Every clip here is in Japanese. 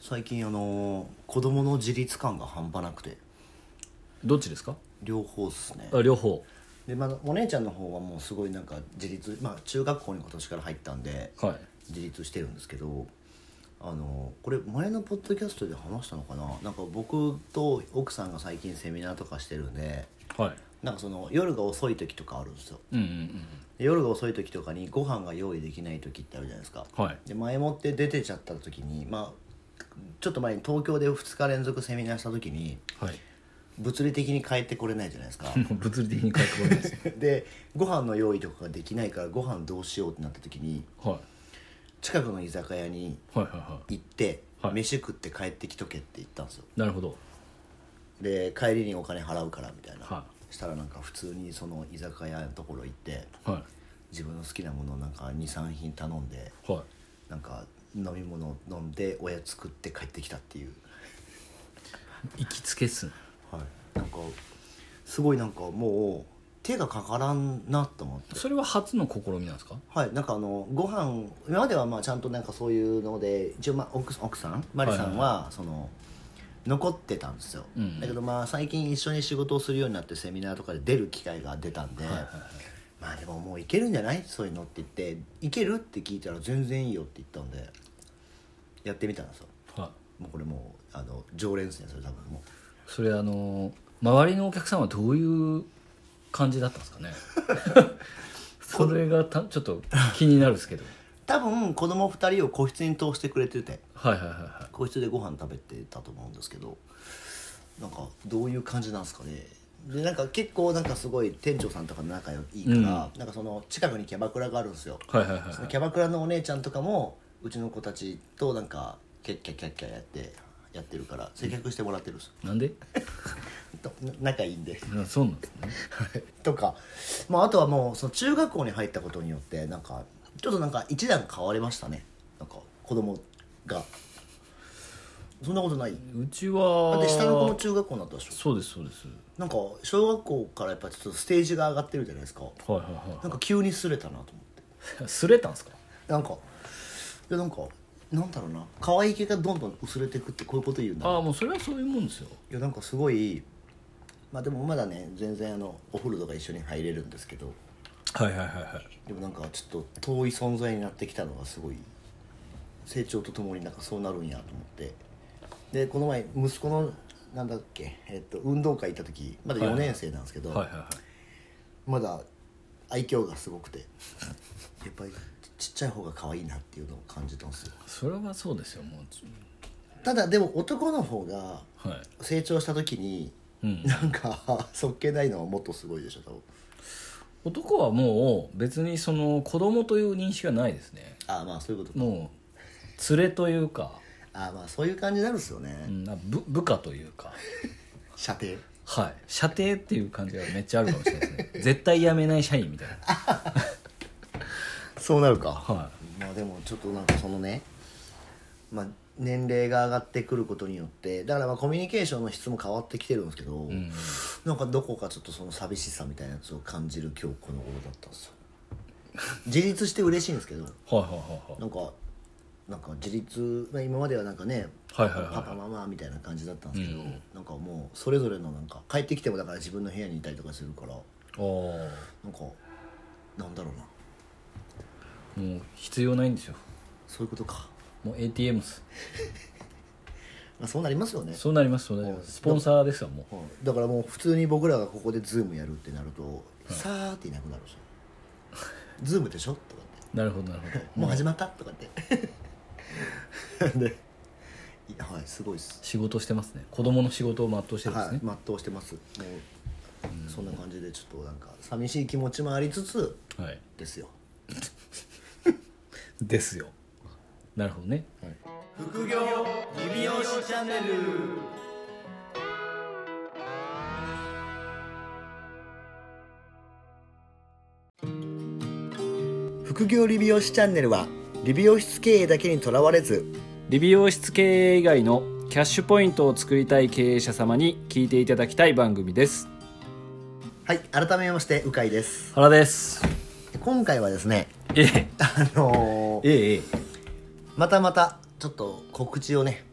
最近あの子供の自立感が半端なくてどっちですか両方っすねあ両方で、まあ、お姉ちゃんの方はもうすごいなんか自立、まあ、中学校に今年から入ったんではい自立してるんですけどあのこれ前のポッドキャストで話したのかななんか僕と奥さんが最近セミナーとかしてるんではいなんかその夜が遅い時とかあるんですようんうんで夜が遅い時とかにご飯が用意できない時ってあるじゃないですかうんはいで前もって出てちゃった時にまあちょっと前に東京で2日連続セミナーした時にはい 物理的に帰ってこれないじゃないですかもう物理的に変えてもらいますでご飯の用意とかができないからご飯どうしようってなった時には近くの居酒屋にいはいはいは行って、はい飯食って帰ってきとけって言ったんですよいなるほどで帰りにお金払うからみたいな、はしたらなんか普通にその居酒屋のところ行っていは自分の好きなものなんか23品頼んでいはいなんか飲み物飲んでおやつ食って帰ってきたっていう行きつけっすねはい、なんかすごいなんかもう手がかからんなと思ってそれは初の試みなんですかはいなんかあのご飯今まではまあちゃんとなんかそういうので一応まあ奥奥さんマリさんはその、残ってたんですよ、うんだけどまあ最近一緒に仕事をするようになってセミナーとかで出る機会が出たんで、はいはいはいまあでももういけるんじゃないそういうのって言って「いける?」って聞いたら「全然いいよ」って言ったんでやってみたんですよはいもうこれもうあの常連ですねそれ多分もうそれあの周りのお客さんはどういう感じだったんです かねそれがたちょっと気になるんですけど多分子供二2人を個室に通してくれててはいはいはいは個室でご飯食べてたと思うんですけどなんかどういう感じなんですかねでなんか結構なんかすごい店長さんとか仲いいから、うんなんかその近くにキャバクラがあるんですよ、いはいはいはいそはのいキャバクラのお姉ちゃんとかもうちの子たちとなんかキャッキャッキャッキャやってやってるから接客してもらってるんですよなんでと仲いいんで なそうなんですねとか、まあ、あとはもうその中学校に入ったことによってなんかちょっとなんか一段変わりましたねなんか子供がそんなことないうちだって下の子もは中学校になったでしょそうですそうですなんか小学校からやっぱちょっとステージが上がってるじゃないですかはいはいなんか急にすれたなと思ってはいすれたんですかなんかいやなんかなんだろうな可愛い系がどんどん薄れてくってこういうこと言うんだあなあもうそれはそういうもんですよいやなんかすごいまあでもまだね全然あのお風呂とか一緒に入れるんですけどはいはいはいはいでもなんかちょっと遠い存在になってきたのがすごい成長とともになんかそうなるんやと思ってでこの前息子のなんだっけ、えっと、運動会行った時まだはい4はい年生なんですけど、はいはいはいまだ愛嬌がすごくてやっぱりちっちゃい方が可愛いなっていうのを感じたんですよそれはそうですよもただでも男の方がうはい成長した時にうんなんかそっけないのはもっとすごいでしょ多分男はもう別にその子供という認識はないですねああまあそういうことかもう連れというか、ああまあそういう感じになるんですよね、うん、な部部下というか射程はい射程っていう感じがめっちゃあるかもしれないです ね絶対やめない社員みたいなそうなるかはまあでもちょっとなんかそのね、まあ、年齢が上がってくることによってだからまあコミュニケーションの質も変わってきてるんですけど、い、うん、なんかどこかちょっとその寂しさみたいなやつを感じる今日この頃だったんですよ自立して嬉しいんですけどはいはいはいはいなんかなんか自立、まあ、今まではなんかねはいはいはいパパママみたいな感じだったんですけど、うんなんかもうそれぞれのなんか帰ってきてもだから自分の部屋にいたりとかするからああもなんかなんだろうなう必要ないんですよそういうことか、もう ATM っすまあ、そうなりますよねそうなりますそうなりますスポンサーですよもうはいだからもう普通に僕らがここでズームやるってなると、さーっていなくなるでしょ「ズームでしょ?」とかってなるほどなるほど「もう始まった?」とか ってでいはいすごいっす仕事してますね子供の仕事を全うしてるんですはいね、全うしてますもうそんな感じでちょっとなんか寂しい気持ちもありつつはいですよですよなるほどね副業リビオシチャンネル副業理美容師チャンネルは理美容室経営だけにとらわれず理美容室経営以外のキャッシュポイントを作りたい経営者様に聞いていただきたい番組ですはい改めまして鵜飼です原です今回はですねええあのーええまたまたちょっと告知をね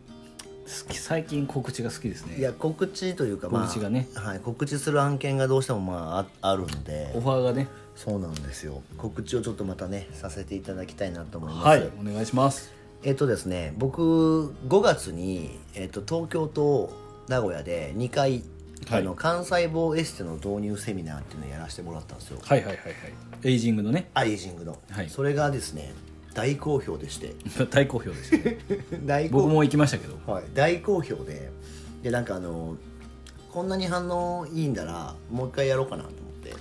き最近告知が好きですねいや告知というか、まあ、告知がねはい、告知する案件がどうしてもまあああるのでオファーがねそうなんですよ告知をちょっとまたねさせていただきたいなと思います、はいお願いしますえっとですね僕5月に、えっと、東京と名古屋で2回、はいあの幹細胞エステの導入セミナーっていうのをやらせてもらったんですよはいはいはいはいエイジングのね アイジングの、はいそれがですね大好評でして 大好評で すよ大好僕も行きましたけどはい、大好評ででなんかあのこんなに反応いいんだらもう一回やろうかなと思って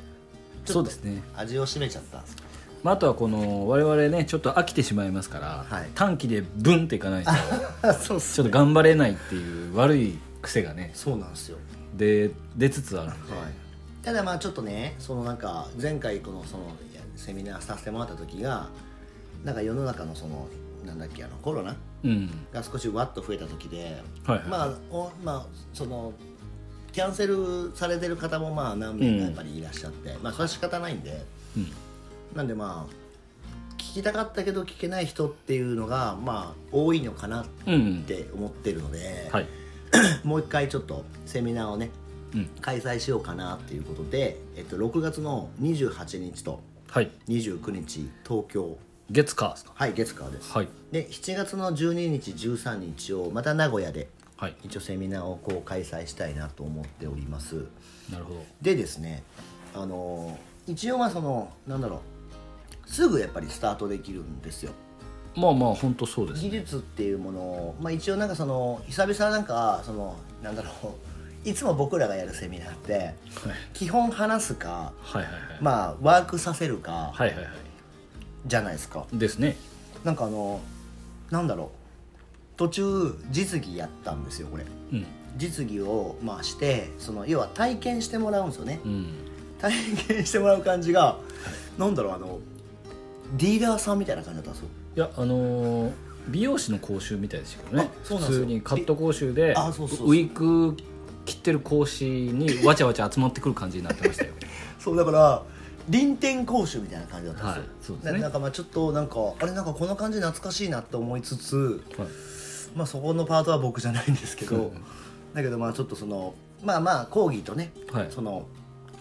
そうですね味を占めちゃったんですけどまあ、あとはこの我々ねちょっと飽きてしまいますから、はい短期でブンっていかないと そうちょっと頑張れないっていう悪い癖がねそうなんですよ、で出つつあるんで、はい、ただまあちょっとねそのなんか前回このそのいやセミナーさせてもらった時がなんか世の中のそのなんだっけあのコロナうんが少しわっと増えた時で、はいはいまあおまあそのキャンセルされてる方もまあ何名かやっぱりいらっしゃって、まあそれは仕方ないんでうんなんでまあ聞きたかったけど聞けない人っていうのがまあ多いのかなっうんて思ってるので、はい もう一回ちょっとセミナーをねうん開催しようかなっていうことで、えっと、6月の28日とはい29日東京月火ですかはい月火ですはいで7月の12日13日をまた名古屋ではい一応セミナーをこう開催したいなと思っておりますなるほどでですねあの一応まあそのなんだろうすぐやっぱりスタートできるんですよまあまあ本当そうです技術っていうものを、まあ、一応なんかその久々なんかそのなんだろういつも僕らがやるセミナーってはい基本話すかはいはいはい、まあワークさせるかはいはいはじゃないですかいですねなんかあのなんだろう途中実技やったんですよこれうん実技をまあしてその要は体験してもらうんですよねうん体験してもらう感じがなんだろうあのディーラーさんみたいな感じだったんですよいやあのー美容師の講習みたいですけどねあそう普なんですよ通にカット講習であそうそうそうウィーク切ってる講師にわちゃわちゃ集まってくる感じになってまし たよそうだから臨転講習みたいな感じだったはんいですそうよ、でなすねなんかまあちょっとなんかあれなんかこの感じ懐かしいなって思いつつはいまあそこのパートは僕じゃないんですけうどんだけどまあちょっとそのまあまあ講義とね、はいその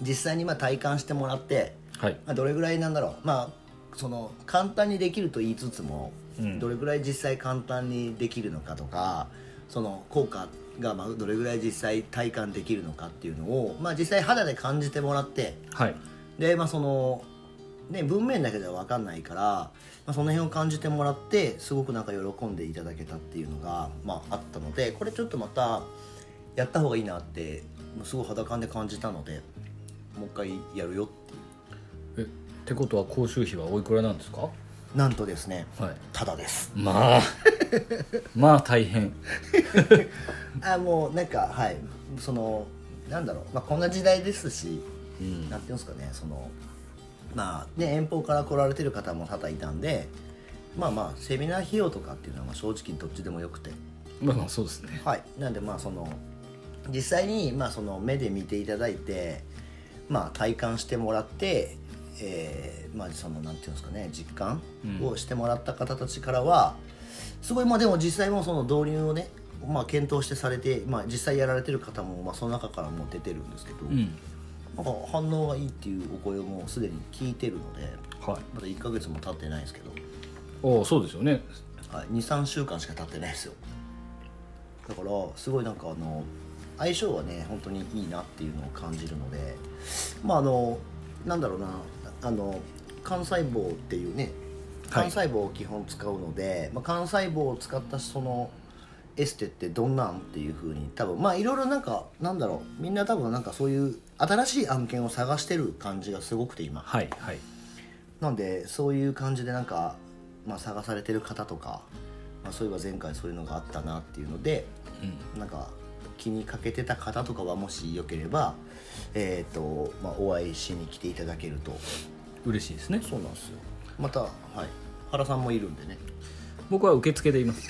実際にまあ体感してもらって、はいまあ、どれぐらいなんだろうまあその簡単にできると言いつつも、うんどれぐらい実際簡単にできるのかとかその効果がまあどれぐらい実際体感できるのかっていうのを、まあ、実際肌で感じてもらってはいでまあそのね文面だけでは分かんないから、まあ、その辺を感じてもらってすごくなんか喜んでいただけたっていうのが、まあ、あったのでこれちょっとまたやった方がいいなってもうすごい肌感で感じたのでもう一回やるよっていえってことは講習費はおいくらなんですかはうなんとですねいただです まあまあ大変あもうなんかはいそのなんだろう、まあ、こんな時代ですしうんなんていうんですかねそのまあね遠方から来られてる方も多々いたんでまあまあセミナー費用とかっていうのはまあ正直どっちでもよくてまあまあそうですねはいなんでまあその実際にまあその目で見ていただいてまあ体感してもらってえーまあそのなんていうんですかね実感をしてもらった方たちからは、すごいまあでも実際もその導入をねまあ検討してされて、まあ、実際やられてる方もまあその中からも出てるんですけど、うんなんか反応がいいっていうお声をもうすでに聞いてるのではいまだ1ヶ月も経ってないんですけど、おそうですよねはい、23週間しか経ってないですよだからすごいなんかあの相性はね本当にいいなっていうのを感じるのでまああのなんだろうなあの幹細胞っていうねはい幹細胞を基本使うので、まあ、幹細胞を使ったそのエステってどんなんっていうふうに多分まあいろいろなんかなんだろうみんな多分なんかそういう新しい案件を探してる感じがすごくて今はいはいなんでそういう感じでなんか、まあ、探されてる方とか、まあ、そういえば前回そういうのがあったなっていうのでうんなんか気にかけてた方とかはもしよければえっ、と、まあ、お会いしに来ていただけると嬉しいですねそうなんですよまた、はい、原さんもいるんでね僕は受付でいます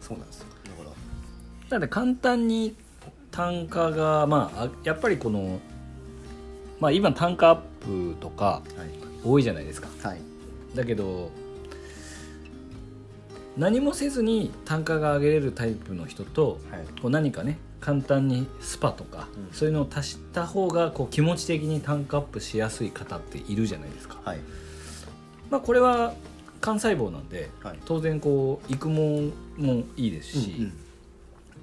そうなんですよだからなので簡単に単価がまああやっぱりこの、まあ、今単価アップとかはい、多いじゃないですかはい、だけど何もせずに単価が上げれるタイプの人とはいこう何かね簡単にスパとか、うんそういうのを足した方がこう気持ち的に単価アップしやすい方っているじゃないですか、はいまあ、これは幹細胞なんではい当然こう育毛もいいですし、うん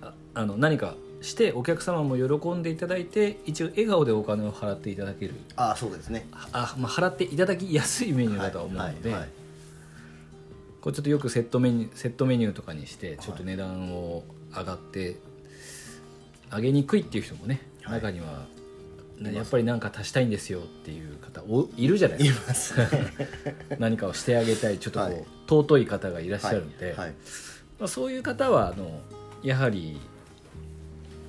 ああの何かしてお客様も喜んでいただいて一応笑顔でお金を払っていただけるああそうですねあ、まあ、払っていただきやすいメニューだとは思うので、はいはいこうちょっとよくセットメニューセットメニューとかにしてちょっと値段を上がって上げにくいっていう人もね、はい中には、ねいますやっぱり何か足したいんですよっていう方おいるじゃないいですかますね 何かをしてあげたいちょっとこう、はい尊い方がいらっしゃるんで、はいまあ、そういう方はあのやはり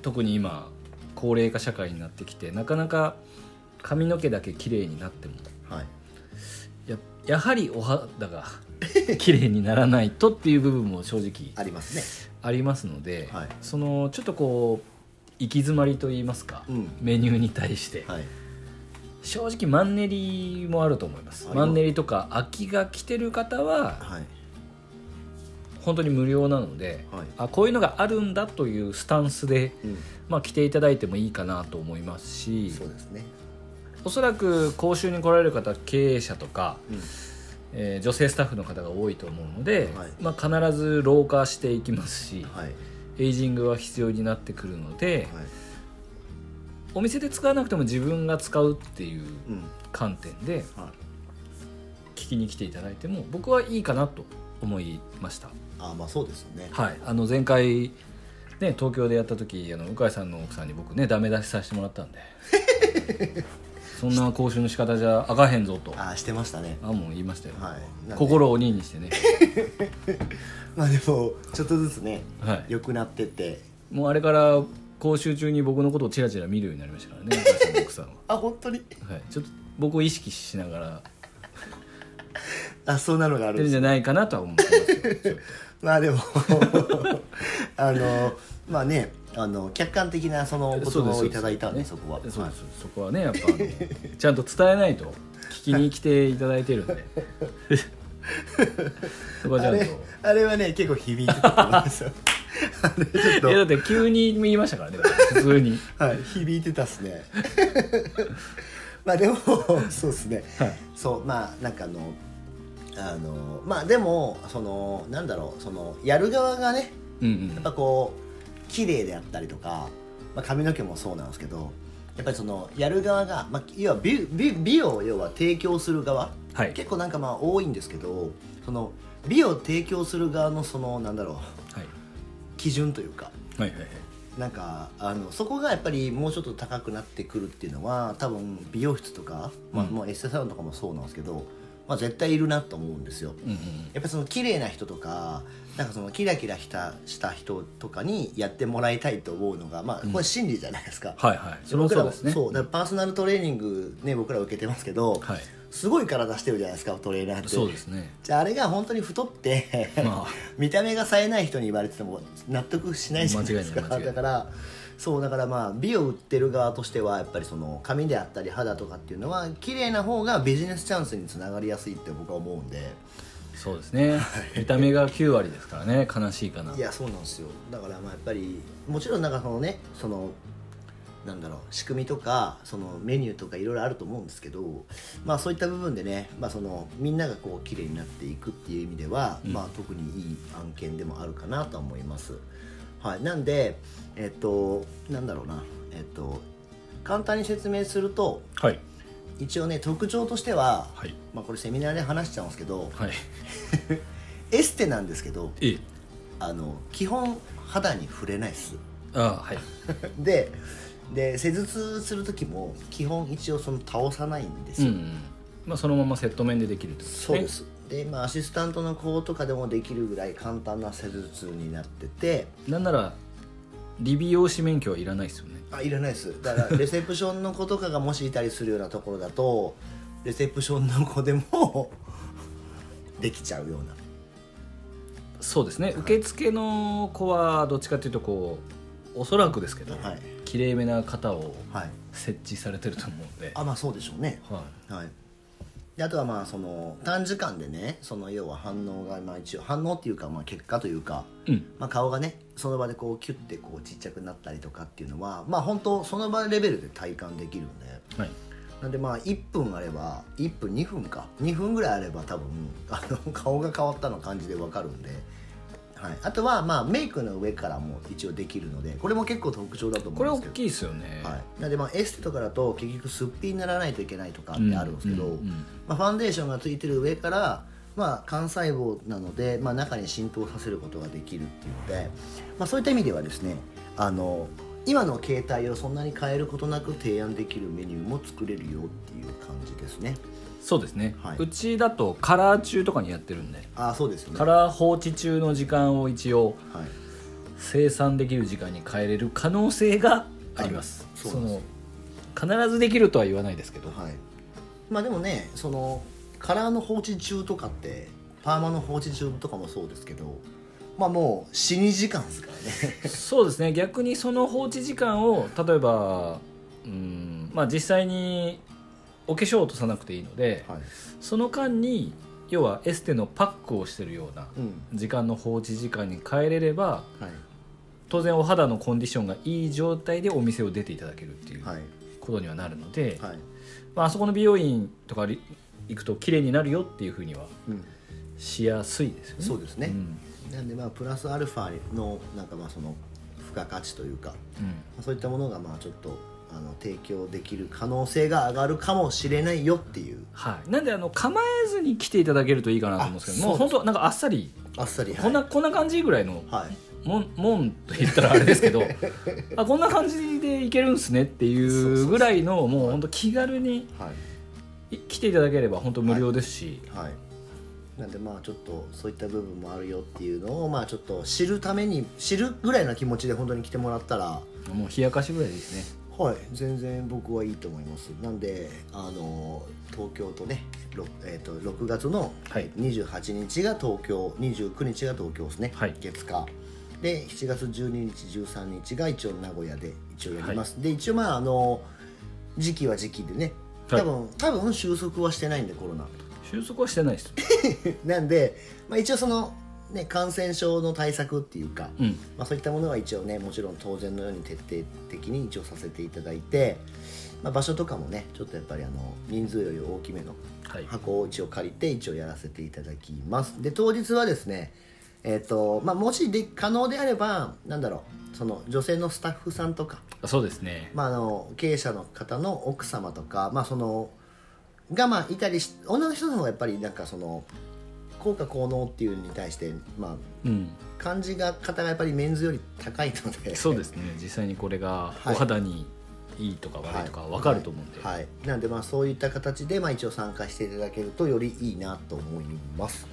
特に今高齢化社会になってきてなかなか髪の毛だけ綺麗になってもはいややはりお肌が綺麗にならないとっていう部分も正直ありますありますので、はいそのちょっとこう行き詰まりと言いますか、うんメニューに対して、ねはい正直マンネリもあると思いますありますマンネリとか空きが来てる方ははい本当に無料なので、はいあこういうのがあるんだというスタンスで、うんまあ、来ていただいてもいいかなと思いますしそうですねおそらく講習に来られる方は経営者とか、うんえー女性スタッフの方が多いと思うので、はいまあ、必ず老化していきますし、はいエイジングは必要になってくるので、はいお店で使わなくても自分が使うっていううん観点ではい聞きに来ていただいても僕はいいかなと思いました、ああまあそうですよねはい、あの前回、ね、東京でやった時あの向井さんの奥さんに僕ねダメ出しさせてもらっ たんでそんな講習の仕方じゃあかへんぞとあああしてましたねもう言いましたよ、はいなんで心を鬼にしてね、まあでもちょっとずつねはい、良くなってってもうあれから講習中に僕のことをチラチラ見るようになりましたからね向井さんの奥さんはあ本当にはい、ちょっと僕を意識しながらあそんなのがあやってるんるじゃないかなとは思ってますよまあでも あのまあねあの客観的なそのお言そうで葉すをいただいたんでそこはそうです、はいそこはねやっぱあの ちゃんと伝えないと聞きに来ていただいてる んでそこはちあゃんとれあれはね結構響いてたと思い ますよあれちょっといやだって急に言いましたからね普 通にはい、響いてたっす ね。まあでもそうですね。はいそうまあなんかあのあのまあでもそのなんだろうそのやる側がねうんやっぱこう綺麗であったりとか、まあ、髪の毛もそうなんですけどやっぱりそのやる側が、まあ、要は美美美を要は提供する側、はい結構なんかまあ多いんですけどその美を提供する側のそのなんだろうはい基準というかはいはいはいなんかあのそこがやっぱりもうちょっと高くなってくるっていうのは多分美容室とか、まあ、うんもうエステサロンとかもそうなんですけど、まあ、絶対いるなと思うんですよ。うんうんやっぱその綺麗な人とかなんかそのキラキラしたした人とかにやってもらいたいと思うのがまあこれ心理じゃないですか。はいはいそれも僕そらうもですねそうだからパーソナルトレーニングね僕ら受けてますけど、はいすごい体してるじゃないですかトレーナーって。そうですねじゃああれが本当に太って、まあ 見た目が冴えない人に言われてても納得しないじゃないですか間違いない間違いなだいからそうだからまあ美を売ってる側としてはやっぱりその髪であったり肌とかっていうのは綺麗な方がビジネスチャンスにつながりやすいって僕は思うんでそうですね見た目が9割ですからね悲しいかないやそうなんですよだからまあやっぱりもちろんなんかそのねそのなんだろう仕組みとかそのメニューとかいろいろあると思うんですけど、まあ、そういった部分でね、まあ、そのみんながこう綺麗になっていくっていう意味では、うんまあ、特にいい案件でもあるかなとは思います。はい、なんで、えっと、なんだろうな、えっと、簡単に説明するとはい一応ね特徴としては、はいまあ、これセミナーで話しちゃうんですけどはいエステなんですけどええあの基本肌に触れないです。ああはい でで施術する時も基本一応その倒さないんですうんうよ、んまあそのままセット面でできるってことですそうねですでまあアシスタントの子とかでもできるぐらい簡単な施術になっててなんなら理美容師免許はいらないですよねあいらないですだ からレセプションの子とかがもしいたりするようなところだとレセプションの子でも できちゃうようなそうですね受付の子はどっちかというとこうおそらくですけど、はいきれいめな方をはい設置されてると思うんで、あまあそうでしょうねははいであとはまあその短時間でねその要は反応がまあ一応反応っていうかまあ結果というか、うんまあ、顔がねその場でこうキュッてこうちっちゃくなったりとかっていうのはまあ本当その場レベルで体感できるんではいなんでまあ1分あれば1分2分か2分ぐらいあれば多分あの顔が変わったの感じでわかるんで、はい、あとはまあメイクの上からも一応できるのでこれも結構特徴だと思これうんです大けどきいですよね、はい、なんでまあエステとかだと結局すっぴんにならないといけないとかってあるんですけど、うんうんうんまあ、ファンデーションがついてる上から、まあ、幹細胞なので、まあ、中に浸透させることができるっていうので、まあ、そういった意味ではですねあの今の携帯をそんなに変えることなく提案できるメニューも作れるよっていう感じですねそうですね、はいうちだとカラー中とかにやってるんでああそうですよねカはラー放置中の時間を一応い、生産できる時間に変えれる可能性がありますあそるそうなんでの必ずできるとは言わないですけど、はい、まあでもねそのカラーの放置中とかってパーマの放置中とかもそうですけどまあもう死に時間ですからねそうですね逆にその放置時間を例えばうんまあ実際にお化粧を落とさなくていいので、はい、その間に要はエステのパックをしてるようなうん時間の放置時間に変えれればはい当然お肌のコンディションがいい状態でお店を出ていただけるっていうはいことにはなるので、はい、まああそこの美容院とかり行くと綺麗になるよっていうふうにはうん、しやすいですよね。そうですね、うんなんでまあプラスアルファのなんかまあその付加価値というかうんそういったものがまあちょっとあの提供できる可能性が上がるかもしれないよっていうはい、なんであの構えずに来ていただけるといいかなと思うんですけどあもうそう本当なんかあっさり、あっさりはいこんなこんな感じぐらいのはいもんもんと言ったらあれです けどあこんな感じでいけるんすねっていうぐらいのもう本当気軽にはいい来ていただければ本当無料ですし、はいなんでまあちょっとそういった部分もあるよっていうのをまあちょっと知るために知るぐらいの気持ちで本当に来てもらったらもう冷やかしぐらいでいいですね。はい全然僕はいいと思いますなんであの東京とね 6,、えー、と6月のはい28日が東京29日が東京ですね、はい月火で7月12日13日が一応名古屋で一応やります、で一応まああの時期は時期でねはい多分、多分収束はしてないんでコロナ 収束はしてないです。なんで、まあ、一応その、ね、感染症の対策っていうか、うん、まあ、そういったものは一応ねもちろん当然のように徹底的に一応させていただいて、まあ、場所とかもねちょっとやっぱりあの人数より大きめのはい、箱を一応借りて一応やらせていただきますで当日はですねえっ、とまあもしで可能であればなんだろうその女性のスタッフさんとか、あそうですね。まあ、あの経営者の方の奥様とかまあそのがまあいたりし女の人の方がやっぱりなんかその効果効能っていうのに対してまあうん、感じが方がやっぱりメンズより高いのでそうですね。実際にこれがはおい肌にいいとか悪いとか分かると思うんで、はい、なんでまあそういった形でまあ一応参加していただけるとよりいいなと思います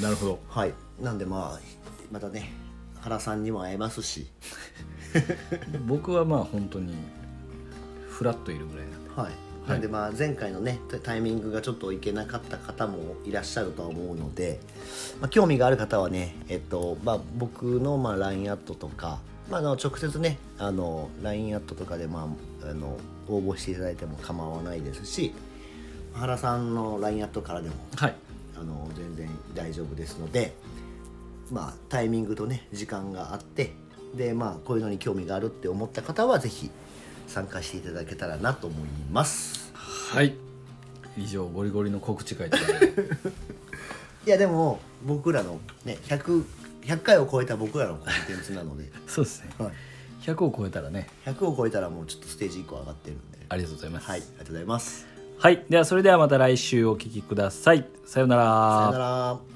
なるほど。はいなんでまあまたね原さんにも会えますし僕はまあ本当にフラッといるぐらいなんで、はいなんでまあ前回のねタタイミングがちょっといけなかった方もいらっしゃるとは思うので、まあ、興味がある方はねえっとまあ僕のまあ LINE アットとか、まあ、あの直接ねあの LINE アットとかでまああの応募していただいても構わないですし原さんの LINE アットからでもはい、あの全然大丈夫ですのでまあタイミングとね時間があってでまあこういうのに興味があるって思った方はぜひ参加していただけたらなと思いますはい、以上ゴリゴリの告知会で いやでも僕らのね 100, 100回を超えた僕らのコンテンツなので、そうですね。はい、 100を超えたらね、 100を超えたらもうちょっとステージ1個上がってるんでありがとうございます。はいありがとうございますはい、ではそれではまた来週お聞きください。さようならさよなら